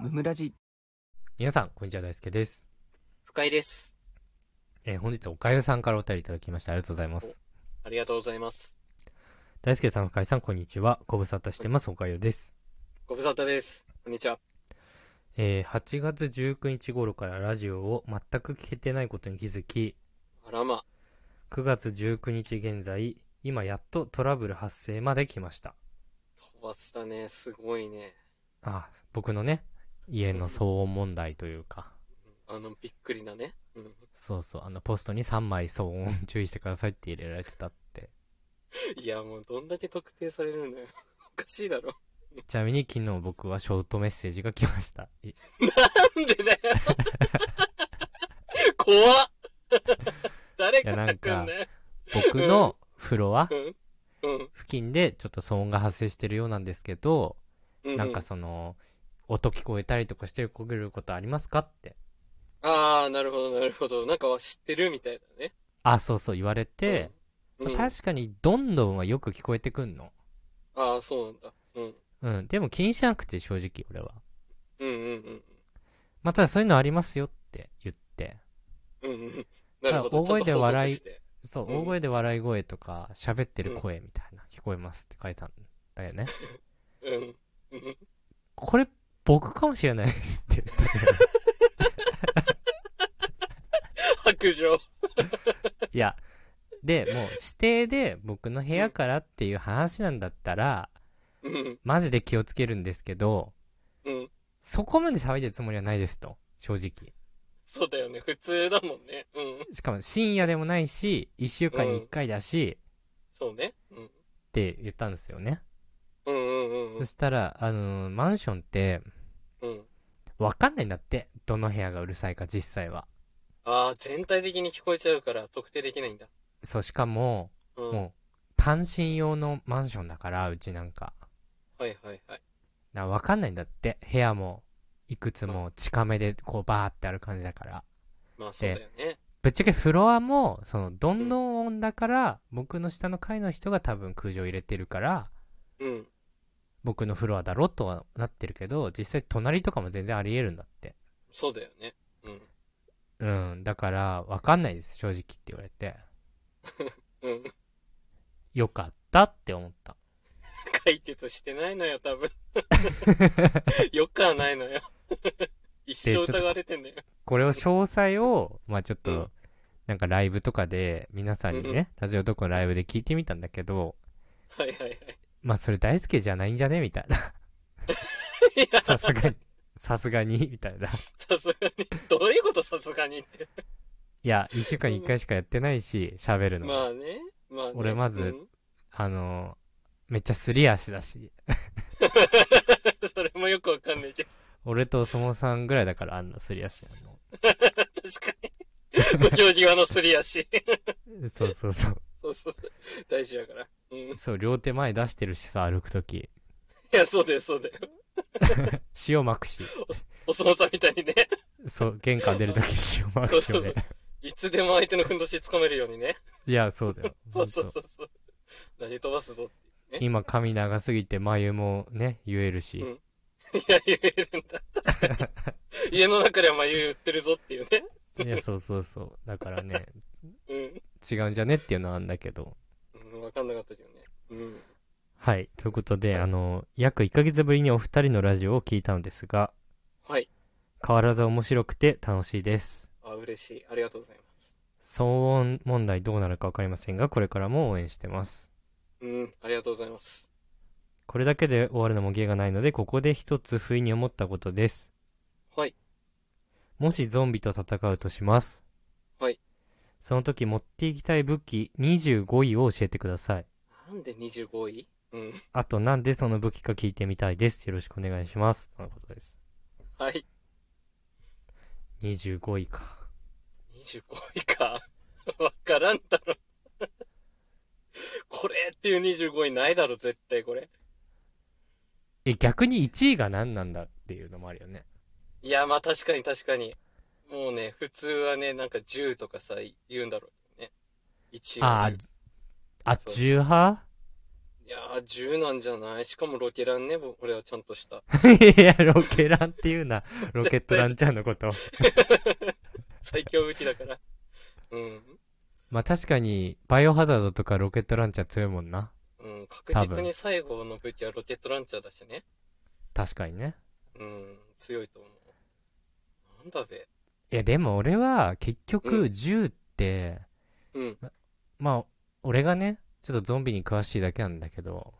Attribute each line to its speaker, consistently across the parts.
Speaker 1: ムムラジ
Speaker 2: 皆さん、こんにちは、大輔です。
Speaker 3: 不快です。
Speaker 2: えー本日、おかゆさんからお便りいただきましてありがとうございます。
Speaker 3: ありがとうございます。
Speaker 2: 大輔さん、深井さん、こんにちは。ご無沙汰してます、おかゆです。
Speaker 3: ご無沙汰です。こんにちは。
Speaker 2: えー8月19日頃からラジオを全く聞けてないことに気づき、
Speaker 3: あらま。
Speaker 2: 9月19日現在、今やっとトラブル発生まで来ました。
Speaker 3: 飛ばしたね。すごいね。
Speaker 2: あ、僕のね、家の騒音問題というか、
Speaker 3: あの、びっくりなね。うん。
Speaker 2: そうそう、あの、ポストに3枚騒音注意してくださいって入れられてたって。
Speaker 3: いや、もうどんだけ特定されるんだよ。 おかしいだろ。
Speaker 2: ちなみに昨日僕はショートメッセージが来ました。い
Speaker 3: なんでだよ。 怖っ。誰
Speaker 2: いや
Speaker 3: か
Speaker 2: な
Speaker 3: ら
Speaker 2: ん
Speaker 3: 来ん
Speaker 2: か
Speaker 3: だよ。
Speaker 2: 僕のフロア
Speaker 3: うん。うん
Speaker 2: 付近でちょっと騒音が発生してるようなんですけど、
Speaker 3: うん。
Speaker 2: なんかその、音聞こえたりとかしてることありますかって。
Speaker 3: ああ、なるほど、なるほど。なんかは知ってるみたいだね。
Speaker 2: あ、そうそう言われて、
Speaker 3: うん、うん
Speaker 2: まあ確かにどんどんはよく聞こえてくんの。
Speaker 3: ああ、そうなんだ。うん。
Speaker 2: うん、でも気にしなくて正直俺は。
Speaker 3: うんうん
Speaker 2: まあただそういうのありますよって言って。
Speaker 3: うん。うんうん。なるほど。
Speaker 2: 大声で笑い
Speaker 3: ちょっと報告して
Speaker 2: そう、
Speaker 3: うん
Speaker 2: 大声で笑い声とか喋ってる声みたいな、聞こえますって書いたんだよね。
Speaker 3: うん。うん。
Speaker 2: これ僕かもしれないですって言ったけど。
Speaker 3: 白状。
Speaker 2: いや、で、もう指定で僕の部屋からっていう話なんだったら、
Speaker 3: うん。
Speaker 2: マジで気をつけるんですけど、
Speaker 3: うん。
Speaker 2: そこまで騒いでるつもりはないですと、正直。
Speaker 3: そうだよね。普通だもんね。うん。
Speaker 2: しかも深夜でもないし、一週間に一回だし、
Speaker 3: そうね。うん。
Speaker 2: って言ったんですよね。
Speaker 3: うんうんうん
Speaker 2: そしたら、あのーマンションって、
Speaker 3: うん。うん。
Speaker 2: わかんないんだって、どの部屋がうるさいか実際は。
Speaker 3: ああ、全体的に聞こえちゃうから特定できないんだ。
Speaker 2: そう、しかも、
Speaker 3: うん。はい
Speaker 2: もう、単身用のマンションだから、うちなんか。
Speaker 3: はいはい。
Speaker 2: なわかんないんだって、部屋も、いくつも近めで、こう、バーってある感じだから。
Speaker 3: まあそうだよね。
Speaker 2: ぶっちゃけフロアも、その、どんどん音だから、僕の下の階の人が多分空調入れてるから、
Speaker 3: うん。
Speaker 2: 僕のフロアだろとはなってるけど、実際隣とかも全然あり得るんだって。
Speaker 3: そうだよね。うん。
Speaker 2: うん、だから、わかんないです、正直って言われて。
Speaker 3: うん。
Speaker 2: よかったって思った。
Speaker 3: 解決してないのよ、多分。よくはないのよ。一生疑われてんだよ。
Speaker 2: これを、詳細を、まあちょっと、
Speaker 3: うん
Speaker 2: なんかライブとかで、皆さんに
Speaker 3: うんう
Speaker 2: ね、ラジオとかのライブで聞いてみたんだけど、
Speaker 3: はいはいはい。
Speaker 2: まあそれ大好きじゃないんじゃねみたい な。
Speaker 3: いや、
Speaker 2: さ
Speaker 3: さ
Speaker 2: すがに、さすがに、みたいな。
Speaker 3: すがに。どういうことさすがにって。
Speaker 2: いや、一週間に一回しかやってないし、喋るのも。
Speaker 3: まあね。まあね。
Speaker 2: 俺まず
Speaker 3: うん
Speaker 2: あの、めっちゃすり足だし、
Speaker 3: それもよくわかんないけど。
Speaker 2: 俺とお相撲さんぐらいだから、あんなすり足な
Speaker 3: 確かに。ご協際のすり足。
Speaker 2: の。そうそう そう。
Speaker 3: そうそうそう。大事やから。うん。い
Speaker 2: そう、両手前出してるしさ、歩くとき。
Speaker 3: や、そうだよ、そうだよ。
Speaker 2: 塩まくし。
Speaker 3: お相撲さんみたいにね。
Speaker 2: そう、玄関出るとき塩まくしをね。
Speaker 3: いつでも相手のふんどし掴めるようにね。
Speaker 2: いや、そうだよ。
Speaker 3: そうそう
Speaker 2: ほんと
Speaker 3: そうそう。投げ飛ばすぞ。
Speaker 2: 今、髪長すぎて眉もね、言える
Speaker 3: う
Speaker 2: し。
Speaker 3: んいや、言えるんだ。確かに。家の中では眉言ってるぞっていうね。
Speaker 2: いや、そうそうそう。だからね、
Speaker 3: うん
Speaker 2: 違うんじゃねっていうのはあんだけど。
Speaker 3: うん。わかんなかったけどね。うん。
Speaker 2: はい。ということで、あの、約1ヶ月ぶりにお二人のラジオを聞いたのですが、
Speaker 3: はい。
Speaker 2: 変わらず面白くて楽しいです。
Speaker 3: あ、嬉しい。ありがとうございます。
Speaker 2: 騒音問題どうなるかわかりませんが、これからも応援してます。
Speaker 3: うん。ありがとうございます。
Speaker 2: これだけで終わるのも芸がないので、ここで一つ不意に思ったことです。
Speaker 3: はい。
Speaker 2: もしゾンビと戦うとします。
Speaker 3: はい。
Speaker 2: その時持っていきたい武器25位を教えてください。
Speaker 3: なんで25位うん。
Speaker 2: あとなんでその武器か聞いてみたいです。よろしくお願いします。とのことです。
Speaker 3: はい。
Speaker 2: 25位か。
Speaker 3: 25位か。わからんだろ。これっていう25位ないだろ、絶対これ。
Speaker 2: え、逆に1位が何なんだっていうのもあるよね。
Speaker 3: いや、まあ確かに確かに。もうね、普通はね、なんか10とかさ、言うんだろうね。1位
Speaker 2: あー、あ、
Speaker 3: そう
Speaker 2: 10派
Speaker 3: いやー、10なんじゃないしかもロケランね、ぼ俺はちゃんとした。
Speaker 2: いや、ロケランっていう な。ロケットランチャーのこと。
Speaker 3: 最強武器だから。うん。
Speaker 2: まあ確かに、バイオハザードとかロケットランチャー強いもんな。
Speaker 3: うん、確実に最後の武器はロケットランチャーだしね。
Speaker 2: 確かにね。
Speaker 3: うん、強いと思う。なんだべ。
Speaker 2: いや、でも俺は結
Speaker 3: う
Speaker 2: 局銃って、
Speaker 3: うん。
Speaker 2: まあ、俺がね、ちょっとゾンビに詳しいだけなんだけど、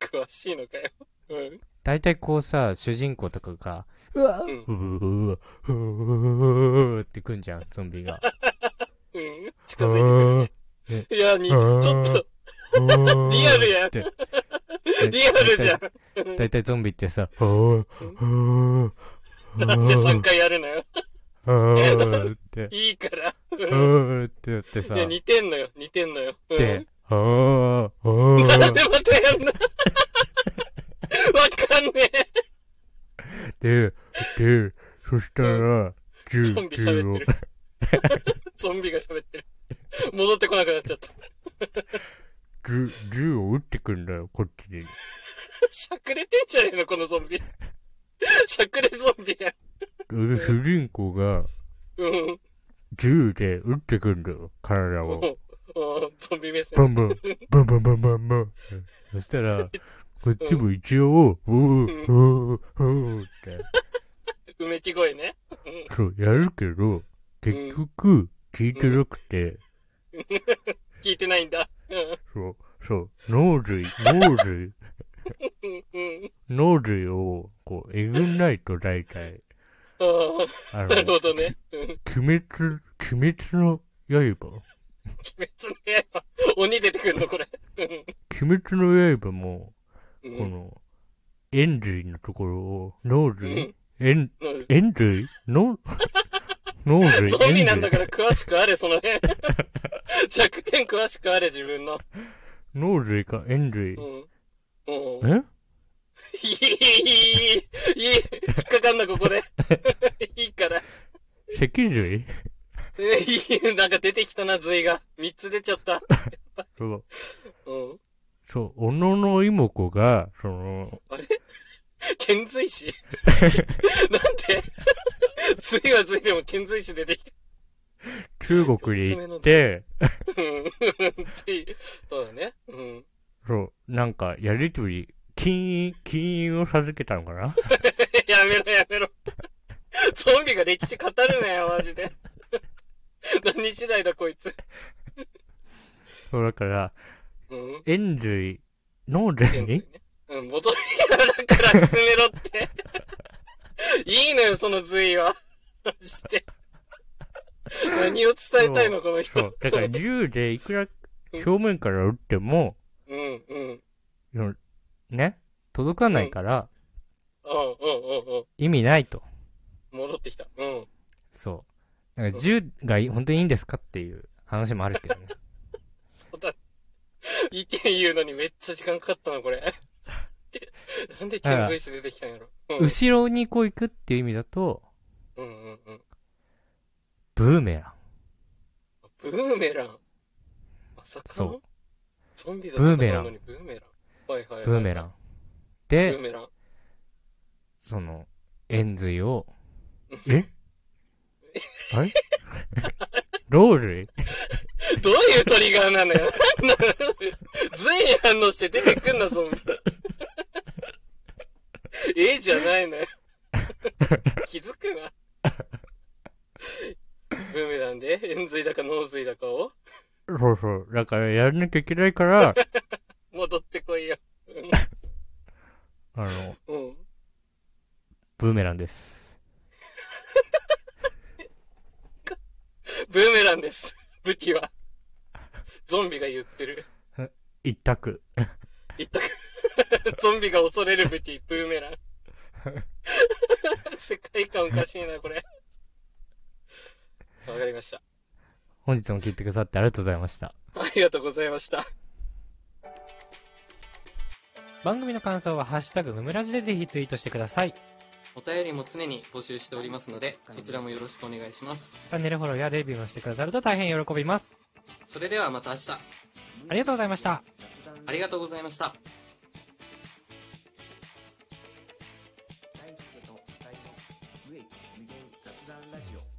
Speaker 3: 詳しいのかよ。うん。
Speaker 2: 大体こうさ、主人公とかが、うわ
Speaker 3: う
Speaker 2: うわうわうわってくんじゃん、ゾンビ が。
Speaker 3: ん。うん。近づいてくるね。いや、に、ちょっと、リアルやん。
Speaker 2: て
Speaker 3: リアルじゃん。
Speaker 2: 大体ゾンビって さ、うわうわ
Speaker 3: なんで3回やるのよ。
Speaker 2: うわって、
Speaker 3: いいから。
Speaker 2: う
Speaker 3: うん
Speaker 2: わってやってさ、
Speaker 3: いや、似てんのよ。似てんのよ。 うん
Speaker 2: で、あー、あ
Speaker 3: なん
Speaker 2: ー
Speaker 3: でまたやるの わかんねえ。
Speaker 2: で、で、そしたら、銃、
Speaker 3: ゾンビ
Speaker 2: 銃
Speaker 3: 喋っ
Speaker 2: を
Speaker 3: て、る。ゾンビが喋ってる。戻ってこなくなっちゃった。
Speaker 2: 銃、銃を撃ってくんだよ、こっちに。
Speaker 3: しゃくれてんじゃねえの、このゾンビ。しゃくれゾンビや。
Speaker 2: で、主人公が、
Speaker 3: うん。
Speaker 2: 銃で撃ってくんだよ、体
Speaker 3: も
Speaker 2: を。
Speaker 3: うもうゾンビ目線
Speaker 2: バ。ンバン、バンバンバンバンバン。そしたら、こっちも一応、おー、おー、おーって、
Speaker 3: うめき声ね。
Speaker 2: そう、やるけど、結局、聞いてなくて、
Speaker 3: 聞いてないんだ。うん
Speaker 2: そう、そう、脳髄、脳髄、
Speaker 3: うん。うん。
Speaker 2: 脳髄を、こう、えぐんないと大体、
Speaker 3: あ
Speaker 2: あ
Speaker 3: あ、
Speaker 2: の
Speaker 3: な、るほどね。うん。
Speaker 2: 鬼滅、鬼滅の刃
Speaker 3: 鬼滅の刃。鬼出てくるの、これ。
Speaker 2: 鬼滅の刃も、
Speaker 3: う
Speaker 2: こ
Speaker 3: ん。
Speaker 2: の、円髄のところを、脳髄、円、
Speaker 3: うん
Speaker 2: 円髄脳、脳髄、
Speaker 3: ゾンビ
Speaker 2: 円
Speaker 3: なんだ
Speaker 2: 髄、
Speaker 3: から詳しくあれ、その 辺。弱点詳しくあれ、自分の。
Speaker 2: 脳髄か円髄
Speaker 3: う。ん。うん。
Speaker 2: え
Speaker 3: いい、いい、いい、引っかかんな、ここで。 いいから。
Speaker 2: 脊髄
Speaker 3: えいい、なんか出てきたな、髄が。三つ出ちゃった。
Speaker 2: そう、
Speaker 3: うん。
Speaker 2: そう、小野の妹子が、その、
Speaker 3: 遣髄師 なんで 髄は髄でも遣髄師出てきた。
Speaker 2: 中国に行って、
Speaker 3: うん。 髄、そうだね。うん。
Speaker 2: そう、なんか、やりとり、金印、金印を授けたのかな
Speaker 3: やめろ、やめろ。ゾンビが歴史語るなよ、マジで。何時代だ、こいつ。
Speaker 2: そう、だから、
Speaker 3: うん。
Speaker 2: 円髄、脳髄
Speaker 3: 遣髄
Speaker 2: に
Speaker 3: ね。うん、戻りだから進めろって。いいのよ、その髄は。マジで。何を伝えたいの、この
Speaker 2: そ
Speaker 3: 人。
Speaker 2: う、だから銃でいくら正面から撃っても、
Speaker 3: うん、うん。
Speaker 2: そのね、届かないから
Speaker 3: うんうんうんうん。
Speaker 2: 意味ないと。
Speaker 3: 戻ってきた。うん。
Speaker 2: そう。だから銃がい本当にいいんですかっていう話もあるけどね。
Speaker 3: そうだ。意見言うのにめっちゃ時間かかったな、これ。なんで遣隋使出てきたんやろ。うん。
Speaker 2: 後ろにこ う行くっていう意味だと、
Speaker 3: うんうんうん。
Speaker 2: ブーメラン。
Speaker 3: ブーメラン。まさかの
Speaker 2: そう
Speaker 3: ゾンビだ
Speaker 2: ブーメラン
Speaker 3: のにブーメラン。はいはいはい。
Speaker 2: ブーメラ
Speaker 3: ン。
Speaker 2: ン。
Speaker 3: ブ
Speaker 2: で
Speaker 3: ー、メラン。
Speaker 2: その、円髄を、え あ れロール
Speaker 3: どういうトリガーなのよ。 ずい反応して出てくんな、ゾンビ。 ええじゃないのよ。 気づくな。ブーメランで円髄だか脳髄だかを
Speaker 2: そうそう。だからやらなきゃいけないから、
Speaker 3: 戻ってこいよ。
Speaker 2: あの、
Speaker 3: うんうん。
Speaker 2: ブーメランです。
Speaker 3: ブーメランです。武器は。ゾンビが言ってる。
Speaker 2: 一択。
Speaker 3: 言ったか。 ゾンビが恐れる武器、ブーメラン。 世界観おかしいな、これ。わかりました。
Speaker 2: 本日も聞いてくださってありがとうございました。
Speaker 3: ありがとうございました。
Speaker 2: 番組の感想はハッシュタグムムラジでぜひツイートしてください。チ
Speaker 3: お便りも常に募集しておりますので、そちらもよろしくお願いします。
Speaker 2: ャンネルフォローやレビューもしてくださると大変喜びます。
Speaker 3: それではまた明日、
Speaker 2: ありがとうございました。
Speaker 3: ありがとうございました。
Speaker 1: 大輔と二人の無益無限雑談ラジオ